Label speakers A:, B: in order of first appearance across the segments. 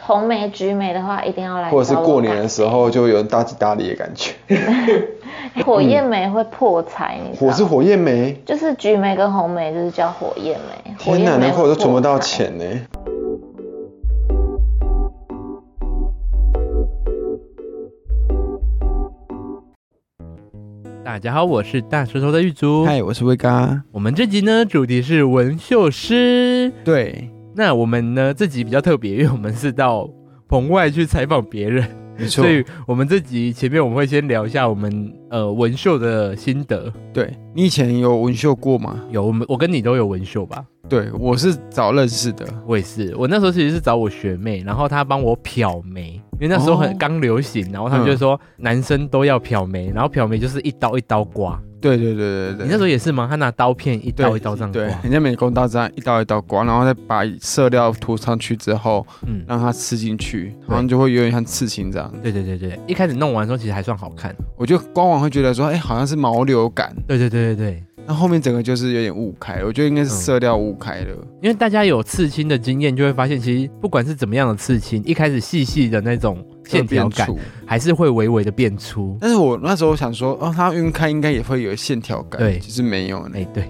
A: 红梅、橘梅的话，一定要来。
B: 或者是过年的时，候就有人大吉大利的感 觉。
A: 啊 火焰梅会破财，你知
B: 我
A: 道
B: 是
A: 吗？
B: 火焰梅，
A: 就是橘梅跟红梅，就是叫火焰梅。火
B: 天
A: 焰啊
B: 哪，
A: 梅
B: 难怪我
A: 会
B: 都存不到
A: 破财。
B: 钱呢。
C: 大家好，我是大舌头的玉竹。
D: 嗨，我是威哥。
C: 我们这集呢，主题是纹绣师。
D: 对，
C: 那我们呢，这集比较特别，因为我们是到棚外去采访别人，
D: 没错
C: 所，以我们这集前面我们会先聊一下我们呃纹绣的心得。
D: 对你以前有纹绣过吗？
C: 有我们，我跟你都有纹绣吧？
D: 对，我是早认识的。
C: 我也是，我那时候其实是找我学妹，然后她帮我漂眉，因为那时候很
D: 哦
C: 刚流行，然后他们就说男生都要漂眉，然后漂眉就是一刀一刀刮。
D: 对对对对对，
C: 你那时候也是吗？他拿刀片一
D: 对
C: 刀一刀这样刮
D: 对，，人家美工刀这样一刀一刀刮，然后再把色料涂上去之后，
C: 嗯，
D: 让它刺进去，好像就会有点像刺青这样。
C: 对对对对，一开始弄完的时候其实还算好看。
D: 我觉得光网会觉得说，哎、好像是毛流感，
C: 对对对对对，
D: 那后面整个就是有点雾开，我觉得应该是
B: 嗯
D: 色料雾开了。
C: 因为大家有刺青的经验，就会发现其实不管是怎么样的刺青，一开始细细的那种线条感
D: 就，变粗
C: 还是会微微的变粗。
D: 但是我那时候想说，哦，它晕开应该也会有线条感，
C: 对
D: 其实没有呢
C: 哎、，对，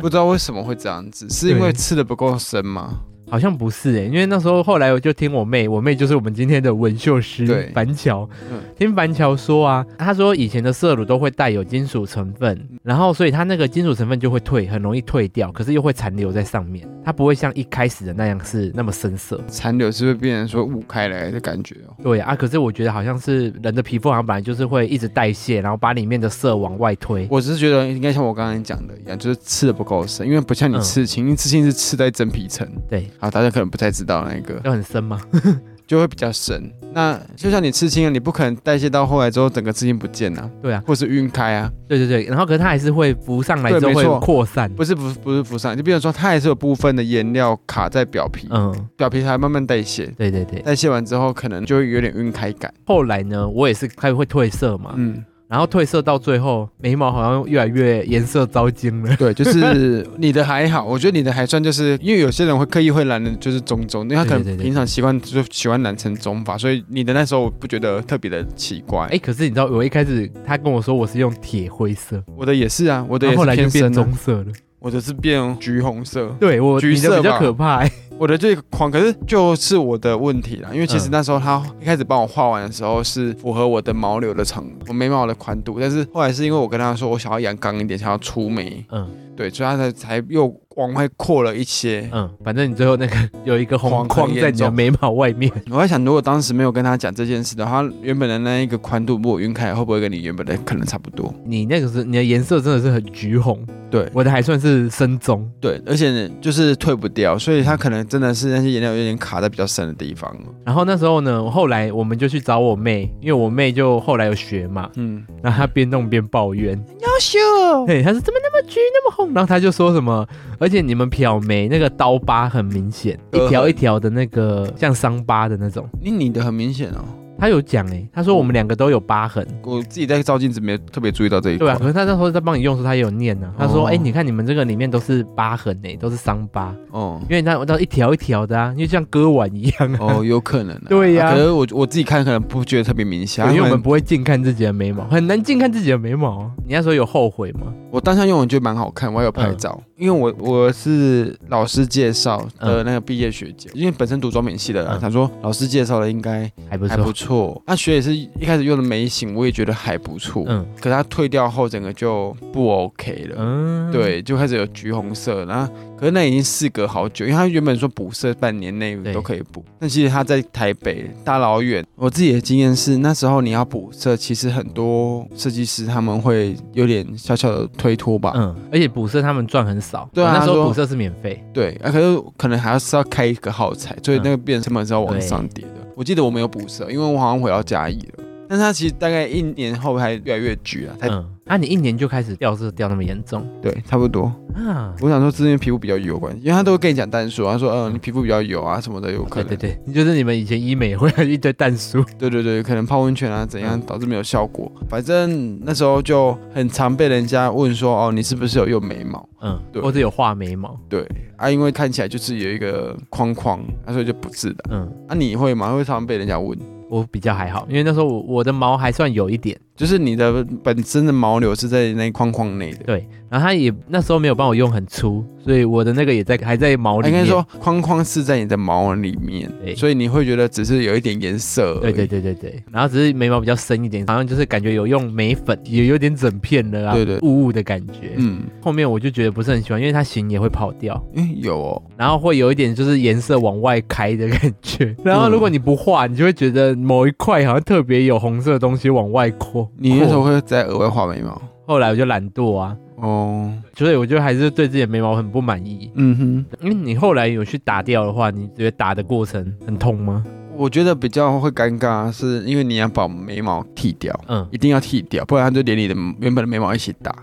D: 不知道为什么会这样子，是因为刺的不够深吗？
C: 好像不是哎、因为那时候后来我就听我妹，我妹就是我们今天的纹绣师
D: 对
C: 樊乔，
D: 嗯
C: 听樊乔说啊，她说以前的色乳都会带有金属成分，然后所以它那个金属成分就会退，很容易退掉，可是又会残留在上面，它不会像一开始的那样是那么深色。
D: 残留是不是变成说雾开来的感觉哦？
C: 对啊，可是我觉得好像是人的皮肤好像本来就是会一直代谢，然后把里面的色往外推。
D: 我只是觉得应该像我刚才讲的一样，就是刺的不够深，因为不像你
C: 嗯
D: 刺青，因为刺青是刺在真皮层，
C: 对，
D: 啊，大家可能不太知道那个，
C: 要很深吗？
D: 就会比较深。那就像你刺青啊，你不可能代谢到后来之后整个刺青不见啊，
C: 对啊，
D: 或是晕开啊，
C: 对对对，然后可是它还是会浮上来
D: 对
C: 之后
D: 没
C: 会
D: 错
C: 扩散。
D: 不是不不是浮上，就比如说它还是有部分的颜料卡在表皮，
C: 嗯，
D: 表皮还慢慢代谢，
C: 对对对。
D: 代谢完之后可能就会有点晕开感，
C: 后来呢，我也是开始会褪色嘛，
D: 嗯，
C: 然后褪色到最后，眉毛好像越来越颜色糟金了。
D: 对，就是你的还好，我觉得你的还算，就是因为有些人会刻意会染的，就是棕棕，因为他可
C: 对对对
D: 能
C: 对
D: 平常习惯就喜欢染成棕发，所以你的那时候我不觉得特别的奇怪。
C: 哎，可是你知道，我一开始他跟我说我是用铁灰色，
D: 我的也是啊，我的
C: 然
D: 也
C: 后
D: 是
C: 后来就
D: 偏
C: 变
D: 深、
C: 棕
D: 啊，
C: 色了。
D: 我的是变橘红色，
C: 对我
D: 橘
C: 你的
D: 色
C: 比较
D: 吧
C: 可怕、欸，
D: 我的这个框，可是就是我的问题啦，因为其实
C: 嗯
D: 那时候他一开始帮我画完的时候是符合我的毛流的长，我眉毛的宽度，但是后来是因为我跟他说我想要阳刚一点，想要粗眉，
C: 嗯
D: 对，所以他才才又往外扩了一些。
C: 嗯，反正你最后那个有一个红
D: 黄
C: 框
D: 很
C: 在
D: 严
C: 你的
D: 重
C: 眉毛外面。
D: 我在想，如果当时没有跟他讲这件事的话，他原本的那一个宽度，如果晕开来，会不会跟你原本的可能差不多？
C: 你那个是你的颜色真的是很橘红，
D: 对
C: 我的还算是深棕。
D: 对，而且就是退不掉，所以他可能真的是那些颜料有点卡在比较深的地方。
C: 然后那时候呢，后来我们就去找我妹，因为我妹就后来有学嘛，
D: 嗯，
C: 然后她边弄边抱怨，
D: 优秀，
C: 嘿，她说怎么那么橘那么红，然后她就说什么，而且你们漂眉那个刀疤很明显，
D: 呃
C: 一条一条的那个像伤疤的那种。
D: 你你的很明显哦，
C: 她有讲哎、欸，她说我们两个都有疤痕，
D: 我自己在照镜子没有特别注意到这一
C: 对
D: 块。
C: 啊，可是她那时候在帮你用的时候，她也有念呢、她说
D: 哦
C: 哎、你看你们这个里面都是疤痕哎、都是伤疤，
D: 哦
C: 因为她我到一条一条的啊，因为像割腕一样啊。
D: 哦，有可能、啊。
C: 对呀
D: 啊可是我我自己看可能不觉得特别明显，
C: 对因为我
D: 他
C: 们不会近看自己的眉毛，很难近看自己的眉毛啊。你那时候有后悔吗？
D: 我当下用我觉得蛮好看，我还有拍照，因为我我是老师介绍的那个毕业学姐，因为本身读妆美系的啦，
C: 嗯
D: 她说老师介绍的应该
C: 还不
D: 还不
C: 错，
D: 错。那学姐是一开始用的眉形，我也觉得还不错，
C: 嗯
D: 可她退掉后整个就不 OK 了。
C: 嗯，，
D: 对，就开始有橘红色，然后可是那已经事隔好久，因为她原本说补色半年内
C: 对
D: 都可以补，但其实她在台北大老远，我自己的经验是那时候你要补色，其实很多设计师他们会有点小小的推脱吧，
C: 嗯，而且补色他们赚很少，
D: 对啊
C: 我那时
D: 他
C: 候
D: 说
C: 补色是免费，
D: 对，啊，可是可能还是要开
C: 嗯
D: 一个耗材，所以那个变成成本是要往上叠的。我记得我没有补色，因为我好像回到嘉义了。但是它其实大概一年后还越来越橘了，才、
C: 嗯，那、你一年就开始掉色掉那么严重
D: 对，差不多。
C: 啊？
D: 我想说，是因为皮肤比较油有关系，因为他都会跟你讲淡说，他说，嗯、你皮肤比较油啊什么的，有可
C: 对
D: 能，
C: 对对，你就是你们以前医美会有一堆蛋 叔，
D: 对对对，可能泡温泉啊怎
C: 嗯
D: 样导致没有效果。反正那时候就很常被人家问说，哦，你是不是有用眉毛？
C: 嗯，
D: 对
C: 或者有画眉毛，
D: 对啊，因为看起来就是有一个框框，他说就不是的。
C: 嗯，
D: 啊，你会吗？会常被人家问，
C: 我比较还好，因为那时候我我的毛还算有一点，
D: 就是你的本身的毛流是在那框框内的。
C: 对，然后他也那时候没有帮我用很粗，所以我的那个也在还在毛
D: 啊
C: 里
D: 应
C: 面。
D: 该说，框框是在你的毛里面
C: 对，
D: 所以你会觉得只是有一点颜色。
C: 对对。对对对，然后只是眉毛比较深一点，好像就是感觉有用眉粉，也有点整片了啊，
D: 对对
C: 雾雾的感觉。
D: 嗯，
C: 后面我就觉得不是很喜欢，因为它型也会跑掉，
D: 诶有哦，
C: 然后会有一点就是颜色往外开的感觉。
D: 嗯
C: 然后如果你不画，你就会觉得某一块好像特别有红色的东西往外扩。
D: 你那时候
C: 扩
D: 会在额外画眉毛？
C: 后来我就懒惰啊，
D: 哦，
C: 所以我就还是对自己的眉毛很不满意。
D: 嗯
C: 因为你后来有去打掉的话，你觉得打的过程很痛吗？
D: 哼，我觉得比较会尴尬，是因为你要把眉毛剃掉，
C: 嗯，
D: 一定要剃掉，不然它就连你的原本的眉毛一起打。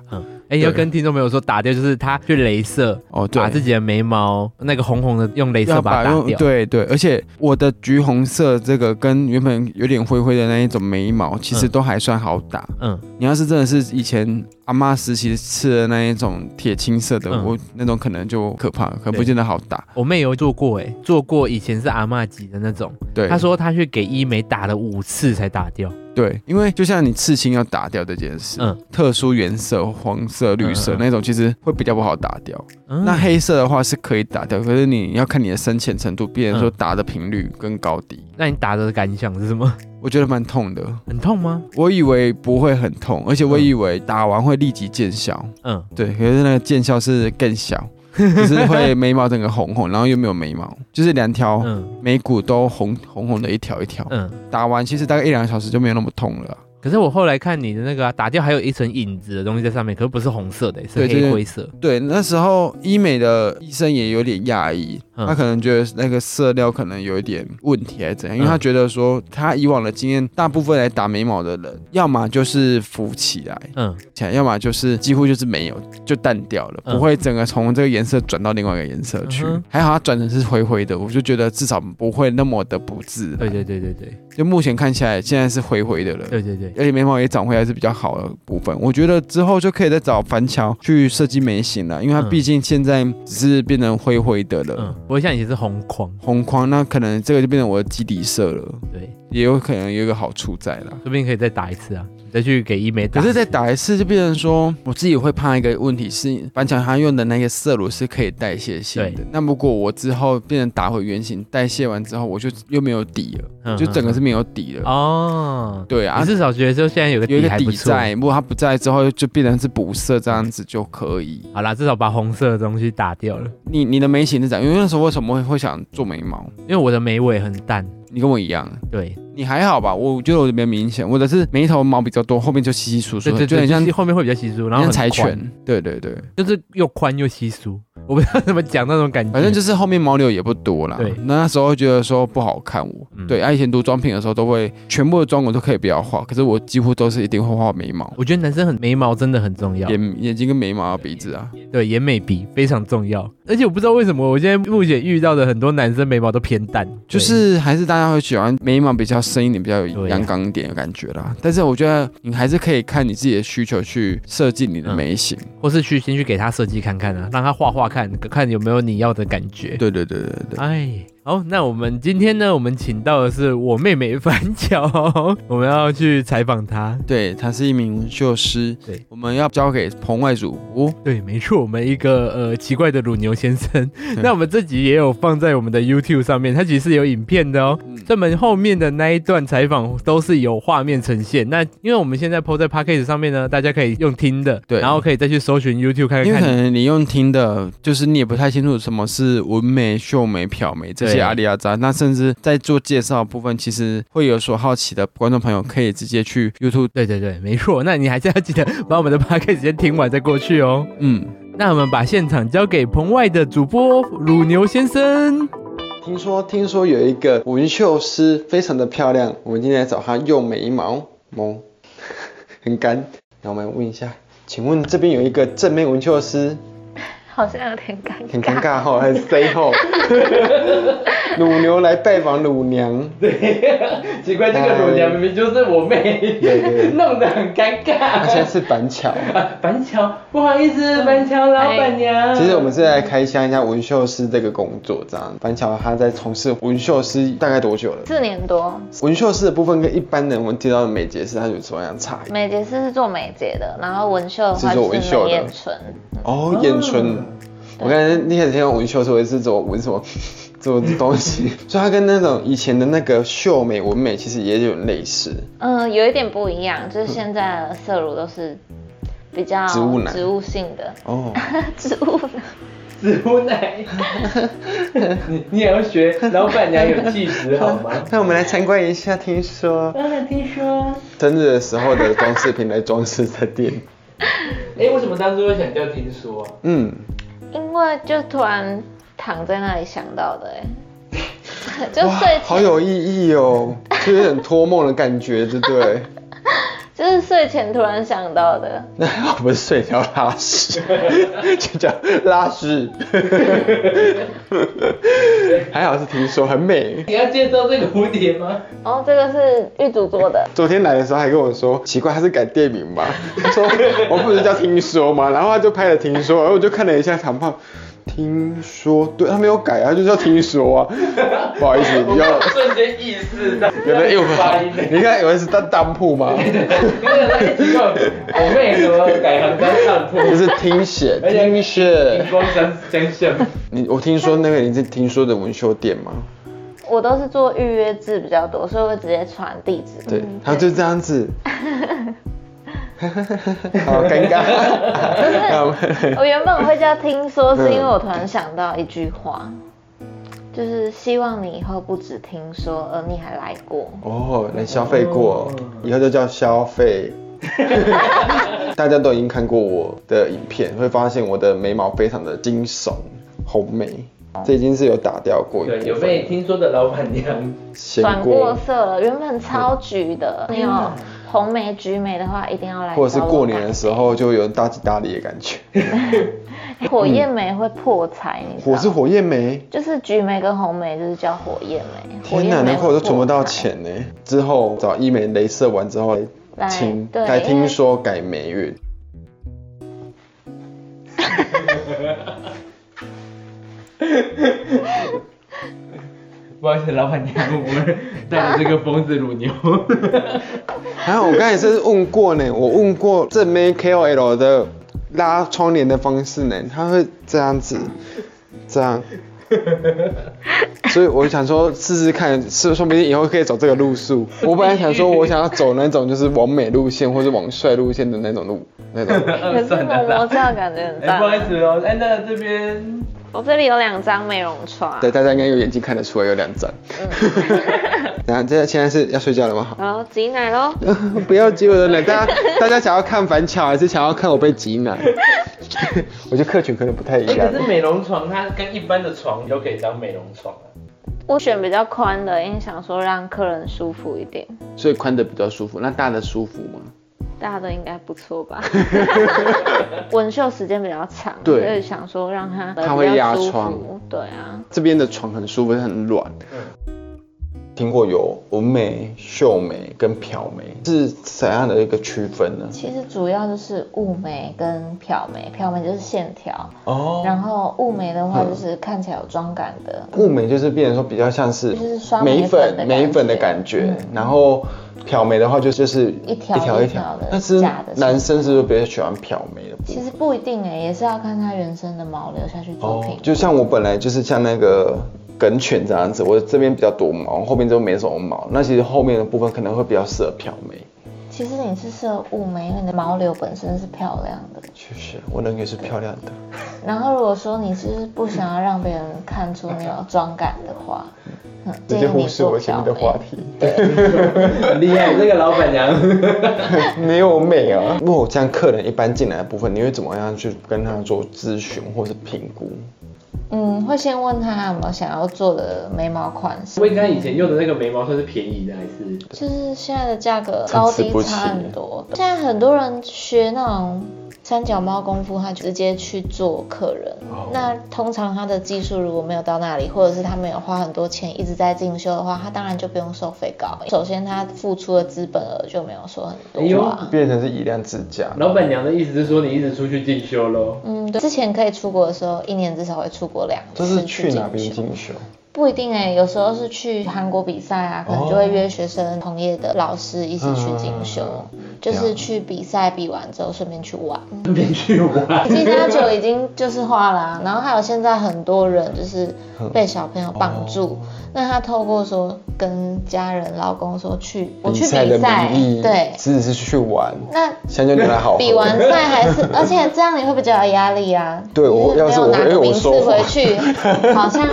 C: 哎、要
D: 对
C: 跟听众朋友说，打掉就是他去镭射，
D: 哦，对，
C: 把自己的眉毛那个红红的用镭
D: 要
C: 射把它打
D: 用
C: 掉。
D: 对对，而且我的橘红色这个跟原本有点灰灰的那一种眉毛，其实
C: 嗯
D: 都还算好打。
C: 嗯，
D: 你要是真的是以前阿妈时期吃的那一种铁青色的，
C: 嗯
D: 我那种可能就可怕，可能不
C: 对
D: 见得好打。
C: 我妹有做过、哎，做过以前是阿嬷级的那种，
D: 对，
C: 她说她去给医美打了五次才打掉。
D: 对，因为就像你刺青要打掉这件事，
C: 嗯
D: 特殊原色，黄色、绿色
C: 嗯嗯嗯
D: 那种，其实会比较不好打掉。
C: 嗯
D: 那黑色的话是可以打掉，可是你要看你的深浅程度，变
C: 嗯
D: 成说打的频率跟高低。
C: 那你打的感想是 什么？
D: 我觉得蛮痛的，
C: 很痛吗？
D: 我以为不会很痛，而且我
C: 嗯
D: 以为打完会立即见效，
C: 嗯，
D: 对，可是那个见效是更 小，就是会眉毛整个红红，然后又没有眉毛，就是两条
C: 嗯
D: 眉骨都红红红的一条一条。
C: 嗯。
D: 打完其实大概一两个小时就没有那么痛了啊，
C: 可是我后来看你的那个、啊、打掉，还有一层影子的东西在上面，可是不是红色的、欸是
D: 对就
C: 黑
D: 是
C: 灰色。
D: 对，那时候医美的医生也有点讶异，
C: 嗯
D: 他可能觉得那个色料可能有一点问题还是怎样，因为
C: 嗯
D: 他觉得说他以往的经验，大部分来打眉毛的人，要么就是浮起来，
C: 嗯
D: 起来，要么就是几乎就是没有，就淡掉了，
C: 嗯
D: 不会整个从这个颜色转到另外一个颜色去。
C: 嗯哼
D: 还好它转成是灰灰的，我就觉得至少不会那么的不自然。
C: 嗯对对对对对
D: 就目前看起来现在是灰灰的了。
C: 对对对。
D: 而且眉毛也长回来是比较好的部分，我觉得之后就可以再找樊桥去设计眉形了，因为它
C: 嗯
D: 毕竟现在只是变成灰灰的了，
C: 嗯，我像以前是红框，
D: 红框，那可能这个就变成我的基底色了，
C: 对，
D: 也有可能有一个好处在啦。
C: 说不定可以再打一次啊，你再去给医美打。
D: 可是再打一次就变成说，我自己会怕一个问题是，板桥他用的那个色乳是可以代谢性的
C: 对。
D: 那如果我之后变成打回原形，代谢完之后，我就又没有底了，
C: 嗯
D: 就整个是没有底了。
C: 哦，
D: 对啊
C: 你，至少觉得就现在有个
D: 有一
C: 底
D: 个
C: 还
D: 底
C: 不错。
D: 在，如果它不在之后，就变成是补色这样子就可以。
C: 好啦，至少把红色的东西打掉了，
D: 你你的眉形是这样，因为那时候为什么会会想做眉毛？
C: 因为我的眉尾很淡。
D: 你跟我一样，
C: 对
D: 你还好吧？我觉得我的比较明显，我的是眉头毛比较多，后面就稀稀疏疏
C: 对
D: 的，
C: 对
D: 就
C: 对，
D: 很像
C: 就是后面会比较稀疏，然
D: 像
C: 后很
D: 柴
C: 宽，
D: 犬。对对对。
C: 就是又宽又稀疏，我不知道怎么讲那种感觉。
D: 反正就是是后面毛流也不多啦。
C: 嗯对
D: 那时候觉得说不好看我，
C: 嗯
D: 对，啊，以前读妆品的时候都会全部的妆我都可以不要画，可是我几乎都是一定会画眉毛、
C: 我觉得男生很眉毛真的很重要，
D: 眼眼睛跟眉毛啊、鼻子啊，
C: 对眼美鼻非常重要。而且我不知道为什么，我现在目前遇到的很多男生眉毛都偏淡，
D: 就是还是大家会喜欢眉毛比较深一点、比较有
C: 对
D: 阳刚一点的感觉啦。但是我觉得你还是可以看你自己的需求去设计你的眉形。
C: 对或是去先去给他设计看看啊，让他画画看看有没有你要的感觉。
D: 对对对对对对。
C: 哎，好，那我们今天呢，我们请到的是我妹妹樊乔，我们要去采访她。
D: 对，他是一名纹绣师。
C: 对，
D: 我们要交给棚外主播。
C: 对，没错，我们一个呃奇怪的乳牛先 生。
D: 嗯
C: 那我们这集也有放在我们的 YouTube 上面，它其实是有影片的哦。
D: 嗯
C: 专门后面的那一段采访都是有画面呈现。那因为我们现在 PO 在 p a c k a g e 上面呢，大家可以用听的，
D: 对
C: 然后可以再去搜寻 YouTube 看
D: 因为
C: 看
D: 可
C: 看。
D: 能你用听的，就是你也不太清楚什么是纹眉、秀眉、漂眉这些
C: 对
D: 阿里阿扎。那甚至在做介绍的部分，其实会有所好奇的观众朋友，可以直接去 YouTube。
C: 对对对，没错。那你还是要 记得把我们的 p a c k a g e 先听完再过去哦。
D: 嗯，
C: 那我们把现场交给棚外的主播乳牛先生。
E: 棚
D: 听说听说有一个纹绣师非常的漂亮，我们今天来找她用眉毛毛，很干。那我们问一下，请问这边有一个正面纹绣师，
A: 好像有点尴尬。
D: 很尴尬哈、还是 say 吼，乳牛来拜访乳娘，
F: 奇怪，这个乳娘明明就是我妹
D: 对对，
F: 弄得很尴
D: 她现在
F: 尬。
D: 是板巧。
F: 啊， 板桥，不好意思，板桥老板娘。
D: 其实我们是来开箱一下纹绣师这个工作，这样。板巧她在从事纹绣师大概多久了？
A: 四年多，
D: 纹绣师的部分跟一般人我们接到的美睫师它有什么样的差异？
A: 美睫师是做美睫的，然后纹绣的话
D: 是做纹
A: 就是
D: 绣的
A: 美眼唇，
D: 哦，眼唇。
A: 嗯
D: 我刚才一开始听到纹绣的时候，我也是怎么纹什么 什么东西， 所以它跟那种以前的那个秀美、纹美其实也有点类似。
A: 嗯，有一点不一样，就是现在的色乳都是比较
D: 植物奶
A: 植物性的，
D: 哦，
A: 植物奶。
F: 植物奶， 你你也要学老板娘有气质好吗？
D: 那我们来参观一下，听说
F: 当然听说，
D: 生日的时候的装饰品来装饰这店。
F: 哎、为什么当初会想叫听说啊？
D: 嗯，
A: 因为就突然躺在那里想到的、哎， 就
D: 哇
A: 睡，
D: 好
A: 前
D: 有意义哦，就有点托梦的感觉，对不对？
A: 就是睡前突然想到的，
D: 那我不是睡觉拉 屎，就叫拉屎。 还好是听说很美。
F: 你要介绍这个蝴蝶吗？
A: 然后这个是玉主做的，
D: 昨天来的时候还跟我说，奇怪，他是改店名吧？他说我不是叫听说吗？然后他就拍了听说，然后我就看了一下长胖，听说，对他没有改啊，他就叫听说啊。不好意思，
F: 我
D: 比较
F: 瞬间意识到，
D: 有人有
F: 发音的。
D: 你看有人是当当铺吗？
F: 你看他一直问我妹怎么改行当上铺，
D: 就是听写，
F: 而且
D: 听写
F: 荧。光相相像。
D: 你我听说那个你是听说的文秀店吗？
A: 我都是做预约制比较多，所以我会直接传地址。
D: 对，他就这样子， 好尴尬。那我们
A: 我原本会叫听
D: 嗯
A: 说，是因为我突然想到一句话，就是希望你以后不只听说，而你还来过。
D: 哦，来消费过，以后就叫消费。大家都已经看过我的影片，会发现我的眉毛非常的惊悚，红眉，这已经是有打掉过一
F: 对，有
D: 部
F: 被
D: 分，
F: 听说的老板娘，
D: 显
A: 转过色了，原本超橘的，你有红梅、橘梅的话，一定要来。
D: 或者是过年的时候就有大吉大利 的感觉。
A: 候， 火焰梅会破财，你知道
D: 我
A: 吗？
D: 嗯是火焰眉，
A: 就是橘梅跟红梅，就是叫火焰梅。火
D: 天
A: 焰
D: 哪，
A: 梅
D: 难怪我都
A: 会
D: 存不到
A: 破财。
D: 钱呢。之后找医美镭射完之后
A: 来
D: 来请
A: 哎对
D: 来
A: 因为
D: 听说改美运。
F: 不好意思，老板娘，我们带了这个疯子乳牛。
D: 啊，我刚才是问过呢，我问过正妹 KOL 的拉窗帘的方式呢，他会这样子，这样。 所以我想说试试看，是说不定以后可以走这个路数。我本来想说，我想要走那种就是往美路线或者往帅路线的那种路，那种。
A: 可是磨磨这样感觉很
F: 哎、不好意
A: 大。
F: 思哦，哎，那这边
A: 我这里有两张美容床，
D: 对，大家应该有眼睛看得出来有两盏。
F: 嗯
D: 然后这现在是要睡觉了 吗？好
A: 然后挤奶喽。
D: 不要挤我的奶，大家大家想要看反巧还是想要看我被挤奶？ 我觉得客群可能不太一
F: 哎、
D: 样
F: 可。是美容床它跟一般的床都可以当美容床啊。
A: 我选比较宽的，因为想说让客人舒服一点，
D: 所以宽的比较舒服，那大的舒服吗？
A: 大家都应该不错 吧。纹绣时间比较长，
D: 对
A: 所以想说让它
D: 它会
A: 比较
D: 压
A: 舒服
D: 疮。
A: 对啊，
D: 这边的床很舒服，很软。听过有纹眉、秀眉跟漂眉是怎样的一个区分呢？
A: 其实主要就是雾眉跟漂眉，漂眉就是线条，
D: 哦，
A: 然后雾眉的话就是看起来有妆感的，
D: 雾眉就是变成说比较像是
A: 就是刷眉
D: 眉
A: 粉
D: 粉
A: 的
D: 眉粉的感
A: 感嗯
D: 觉，然后漂眉的话就就是
A: 一条一条的
D: 但是
A: 假的
D: 男生是不是比较喜欢漂眉的部分
A: 其实不一定哎、也是要看他原生的毛流下去做评估。
D: 就像我本来哦就是像那个梗犬这样子，我这边比较多毛，后面就没什么毛。那其实后面的部分可能会比较适合漂眉。
A: 其实你是适合雾眉，因为你的毛流本身是漂亮的。
D: 确实，我人也是漂亮的。
A: 然后如果说你是不想要让别人看出你有妆感的话，嗯，
D: 直
A: 建议
D: 接
A: 你
D: 忽视
A: 做
D: 我前
A: 漂
D: 面的
A: 眉。
D: 话题，
F: 很厉 害，这个老板娘。
D: 没有美啊。如果像客人一般进来的部分，你会怎么样去跟他做咨询或是评估？
A: 嗯，会先问他有没有想要做的眉毛款式。
F: 魏佳以前用的那个眉毛算是便宜的还是？
A: 就是现在的价格高低差很多。现在很多人学那种三脚猫功夫，他直接去做客人。
F: 哦
A: 那通常他的技术如果没有到那里，或者是他没有花很多钱一直在进修的话，他当然就不用收费高。首先他付出的资本额就没有说
F: 哎
A: 很多
F: 呦
A: 啊。
D: 变成是以量制价。
F: 老板娘的意思是说你一直出去进修喽？
A: 嗯，对，之前可以出国的时候，一年至少会出国两
D: 这
A: 次。
D: 是去哪边进修？
A: 不一定哎、有时候是去韩国比赛啊，可能就会
D: 哦
A: 约学生同业的老师一起去进
D: 嗯
A: 修，就是去比赛，比完之后顺便去玩。
F: 顺便去玩。
A: 其实他酒已经就是化啦、然后还有现在很多人就是
D: 嗯
A: 被小朋友
D: 哦
A: 绑住，那他透过说跟家人、老公说去我去
D: 赛
A: 比
D: 的
A: 赛
D: 名义，，
A: 对，
D: 只是去玩，
A: 那
D: 香蕉牛奶好喝。
A: 比完赛还 是，而且这样你会比较有压力啊。
D: 对我
A: 你没
D: 要是
A: 有
D: 我
A: 拿
D: 因为
A: 个
D: 我
A: 名次
D: 说谎
A: 回 去，好像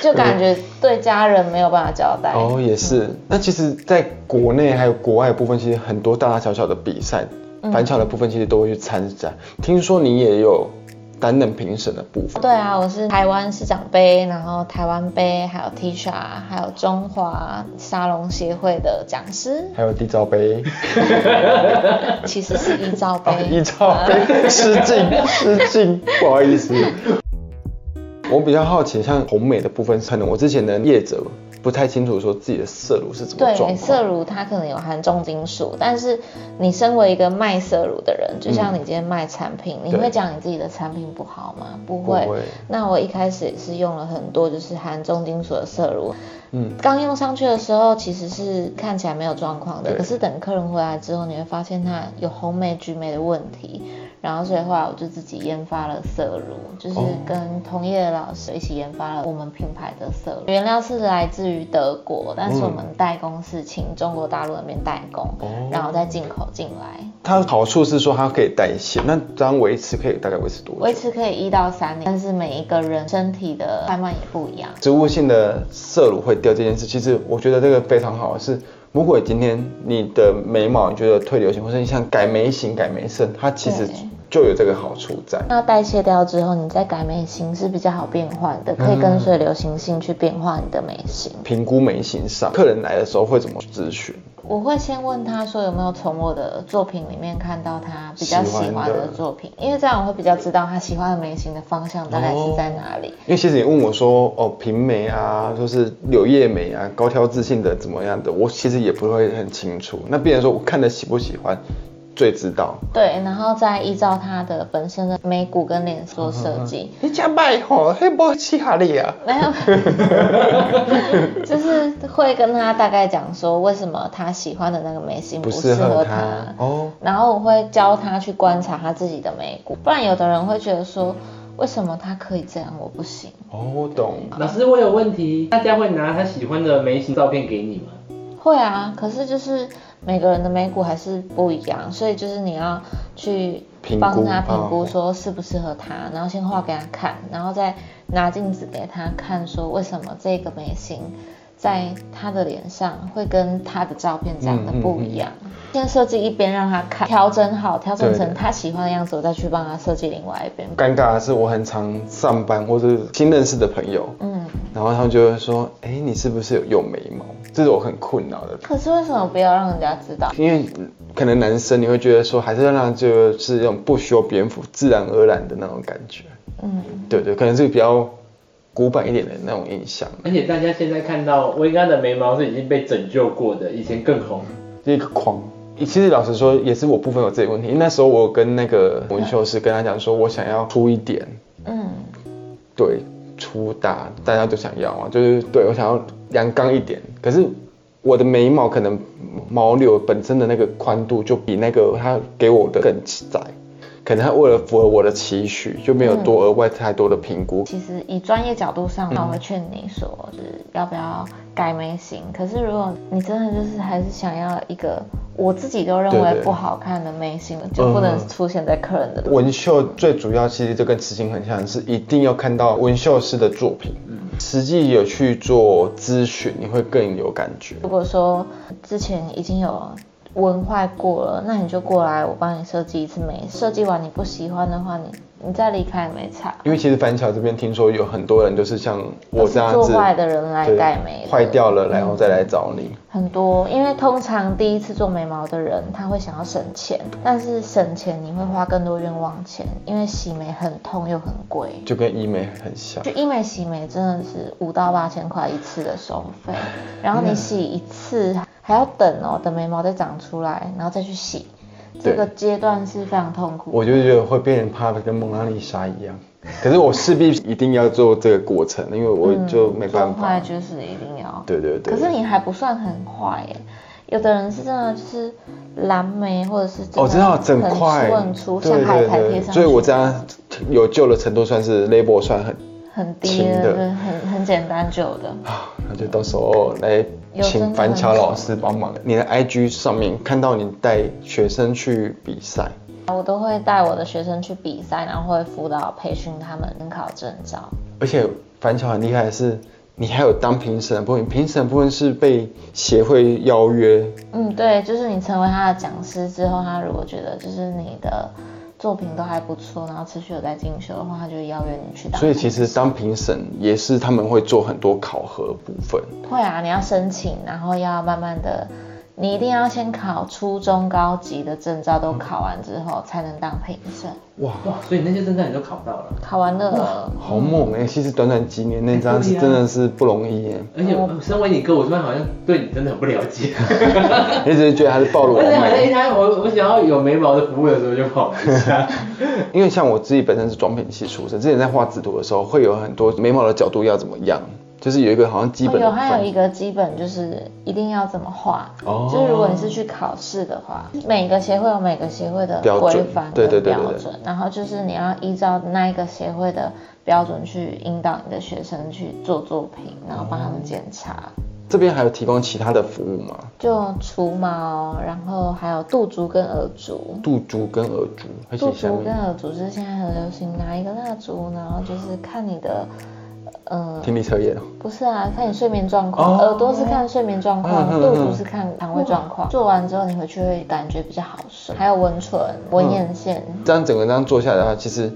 A: 就感觉对家人没有办法交代。
D: 哦，也是。那其实，在国内还有国外的部分，其实很多大大小小的比赛，
A: 嗯
D: 板桥的部分其实都会去参加。听说你也有担任评审的部分，
A: 对啊，我是台湾市长杯，然后台湾杯，还有 T 恤，还有中华沙龙协会的讲师，
D: 还有地罩杯、
A: 其实是一罩 杯。
D: 一罩杯，失敬失敬，不好意思。我比较好奇，像红美的部分，可能我之前的业者不太清楚说自己的色乳是怎么状
A: 对，
D: 况
A: 色。乳它可能有含重金属，但是你身为一个卖色乳的人，就像你今天卖产品，你
D: 嗯对
A: 会讲你自己的产品不好吗？不
D: 不
A: 会。
D: 会
A: 那我一开始也是用了很多就是含重金属的色乳，
D: 嗯，
A: 刚用上去的时候其实是看起来没有状况的，
D: 对
A: 可是等客人回来之后，你会发现它有红霉、橘霉的问题。然后所以后来我就自己研发了色乳，就是跟同业的老师一起研发了我们品牌的色乳。原料是来自于德国，但是我们代工是请中国大陆那边代工，然后再进口进来，
D: 它好处是说它可以代谢，那这样维持可以大概维持多久？
A: 维持可以一到三年，但是每一个人身体的慢慢也不一样。
D: 植物性的色乳会掉这件事，其实我觉得这个非常好。是如果今天你的眉毛你觉得退流行，或者你想改眉型、改眉色，它其实
A: 对
D: 就有这个好处在。
A: 那代谢掉之后，你再改眉型是比较好变换的，可以
D: 嗯
A: 跟随流行性去变化你的眉型。
D: 评估眉型上，客人来的时候会怎么咨询？
A: 我会先问他说有没有从我的作品里面看到他比较喜
D: 喜
A: 欢
D: 欢
A: 的
D: 的
A: 作品，因为这样我会比较知道他喜欢的眉型的方向大概是在哪里。
D: 因为其实你问我说，哦，平眉啊，就是柳叶眉啊，高挑自信的怎么样的，我其实也不会很清楚。那别人说我看的喜不喜欢，最知道。
A: 对，然后再依照他的本身的眉骨跟脸做
D: 嗯
A: 设计。
D: 你家卖吼，黑波西哈利啊，
A: 没 有，就是会跟他大概讲说为什么他喜欢的那个眉型
D: 不
A: 不
D: 适
A: 适
D: 合
A: 合
D: 他
A: 他。
D: 哦。
A: 然后我会教他去观察他自己的眉骨，不然有的人会觉得说，为什么他可以这样，我不行？
D: 哦，我懂。
F: 老师，我有问题，大家会拿他喜欢的眉形照片给你吗？
A: 会啊，可是就是每个人的眉骨还是不一样，所以就是你要去
D: 评估
A: 帮他评
D: 哦
A: 估说适不适合他，然后先画给他看，然后再拿镜子给他看，说为什么这个眉形在他的脸上会跟他的照片长得不一样。先设计一边让他看，调整好，调整
D: 对
A: 成他喜欢的样子，我再去帮他设计另外一边。
D: 尴尬的是，我很常上班或者新认识的朋友，
A: 嗯，
D: 然后他们就会说：“哎、你是不是有用眉毛？”这是我很困扰的，
A: 可是为什么不要让人家知道？
D: 因为嗯可能男生你会觉得说，还是要让就是那种不修边幅、自然而然的那种感觉。
A: 嗯，
D: 对对，可能是比较古板一点的那种印象。
F: 而且大家现在看到薇安的眉毛是已经被拯救过的，以前更红。
D: 一个框。其实老实说，也是我部分有这个问题。因为那时候我有跟那个纹绣师跟他讲说，我想要粗一点，
A: 嗯，
D: 对，粗大大家都想要啊，就是对我想要阳刚一点。可是我的眉毛可能毛柳本身的那个宽度就比那个他给我的更窄，可能他为了符合我的期许，就没有多额外太多的评估。
A: 其实以专业角度上，我会劝你说，就是要不要改眉型。可是如果你真的就是还是想要一个我自己都认
D: 对
A: 为
D: 对
A: 不好看的眉型，就不能出现在客人的。
D: 纹绣最主要其实就跟刺青很像，是一定要看到纹绣师的作品，实际有去做咨询，你会更有感觉。
A: 如果说之前已经有文坏过了，那你就过来，我帮你设计一次美。设计完你不喜欢的话，你你再离开也没差。
D: 因为其实板桥这边听说有很多人就是像我这样
A: 做
D: 子，
A: 坏的人来
D: 对
A: 盖眉的，
D: 坏掉了，然后再来找你。
A: 很多，因为通常第一次做眉毛的人，他会想要省钱，但是省钱你会花更多冤枉钱，因为洗眉很痛又很贵。
D: 就跟医美很像
A: 就，医美洗眉真的是五到八千块一次的收费，然后你洗一次还要等哦，等眉毛再长出来，然后再去洗，这
D: 对
A: 个阶段是非常痛苦的。
D: 我就觉得会变成怕的跟蒙娜丽莎一样。可是我势必一定要做这个过程，因为我
A: 嗯
D: 就没办
A: 做
D: 法。
A: 坏就是一定要。
D: 对对对。
A: 可是你还不算很坏耶，有的人是真的就是蓝莓或者是
D: 哦，知道整
A: 很
D: 块
A: 粗很粗，
D: 对
A: 像海
D: 对
A: 苔
D: 对
A: 贴，上去，
D: 所以我这样有救的程度算是 label 算很
A: 很低
D: 轻的
A: 的，很很简单久的。
D: 啊，那就到时候来
A: 有真
D: 请
A: 的
D: 樊
A: 很
D: 乔老
A: 爽
D: 师帮忙。你的 IG 上面看到你带学生去比赛，
A: 我都会带我的学生去比赛，然后会辅导培训他们跟考证照。
D: 而且樊乔很厉害的是，你还有当评审的部分，评审的部分是被协会邀约，
A: 嗯，对，就是你成为他的讲师之后，他如果觉得就是你的作品都还不错，然后持续有在进修的话，他就会邀约你去打。
D: 所以其实当评审也是他们会做很多考核部分。
A: 会啊，你要申请，然后要慢慢的，你一定要先考初中、高级的证照都考完之后，才能当评审。
D: 哇，
F: 哇，所以那些证照你都考到了，
A: 考完了，
D: 好猛哎、其实短短几年内这样是
F: 对啊
D: 真的是不容易欸耶、
F: 而且
A: 哦
F: 呃身为你哥，我突然好像对你真的很不了 解。
D: 你只是觉得他是暴露
F: 而
D: 完
F: 且好像
D: 美
F: 一，开始我我想要有眉毛的服务的时候就跑不下。
D: 因为像我自己本身是妆品系出身，之前在画制图的时候会有很多眉毛的角度要怎么样，就是有一个好像基
A: 哦
D: 本
A: 有
D: 的
A: 还有一
D: 分。
A: 个基本就是一定要怎么画，
D: 哦
A: 就是如果你是去考试的话，每个协会有每个协会的
D: 标准
A: 规范
D: 对对
A: 跟
D: 对
A: 标
D: 对
A: 准，然后就是你要依照那一个协会的标准去引导你的学生去做作品，然后帮他们检查。
D: 这边还有提供其他的服务吗？
A: 就除毛，然后还有肚足跟耳足，
D: 肚珠跟耳珠，而
A: 做
D: 且下
A: 竹跟
D: 面
A: 耳烛是现在很流行拿一个蜡烛，然后就是看你的，呃，
D: 听力测验哦。
A: 不是啊，看你睡眠状况，
D: 哦
A: 耳朵是看睡眠状况，
D: 嗯嗯嗯
A: 肚足是看肠胃状况。做完之后你回去会感觉比较好睡，还有纹唇、纹眼线，
D: 这样整个这样做下来的话，其实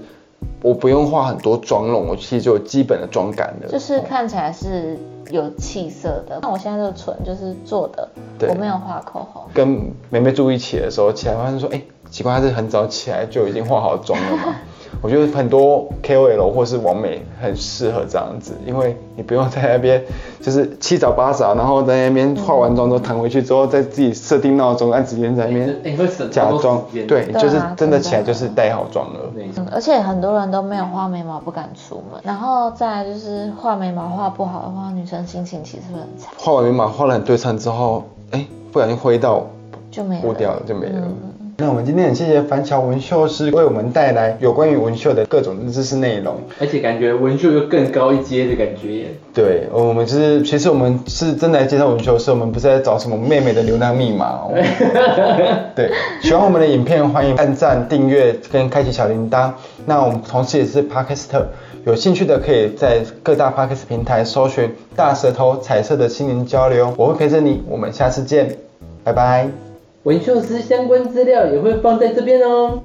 D: 我不用画很多妆容，我其实就有基本的妆感了。
A: 就是看起来是有气色的。那我现在这个唇就是做的，
D: 对
A: 我没有画口红。
D: 跟妹妹住一起的时候，起来发现说，哎、奇怪，她是很早起来就已经化好妆了 嘛。我觉得很多 KOL 或是网美很适合这样子，因为你不用在那边就是七早八早，然后在那边化完妆之后躺回去之后，再自己设定闹钟，按时间在那
F: 哎
D: 边
F: 你会省
D: 假
F: 超多
D: 装
F: 时，间
D: 对，就是真的
A: 真的
D: 起来就是带好妆了。
F: 没错
A: 嗯，而且很多人都没有画眉毛不敢出门，然后再来就是画眉毛画不好的话，女生心情其实会很差，
D: 画完眉毛画得很对称之后，哎、不小心挥到
A: 就没有
D: 剥
A: 了
D: 掉了就没了。那我们今天很谢谢樊乔纹绣师为我们带来有关于纹绣的各种知识内容。
F: 而且感觉纹绣又更高一阶的感觉耶。
D: 对，呃我们是其实我们是真的来介绍纹绣师，我们不是在找什么妹妹的流量密码哦。对，喜欢我们的影片，欢迎按赞、订阅跟开启小铃铛。那我们同时也是 Podcaster，有兴趣的可以在各大 Podcast 平台搜寻“大舌头彩色的心灵交流”，我会陪着你，我们下次见，拜拜。
F: 纹绣师相关资料也会放在这边哦。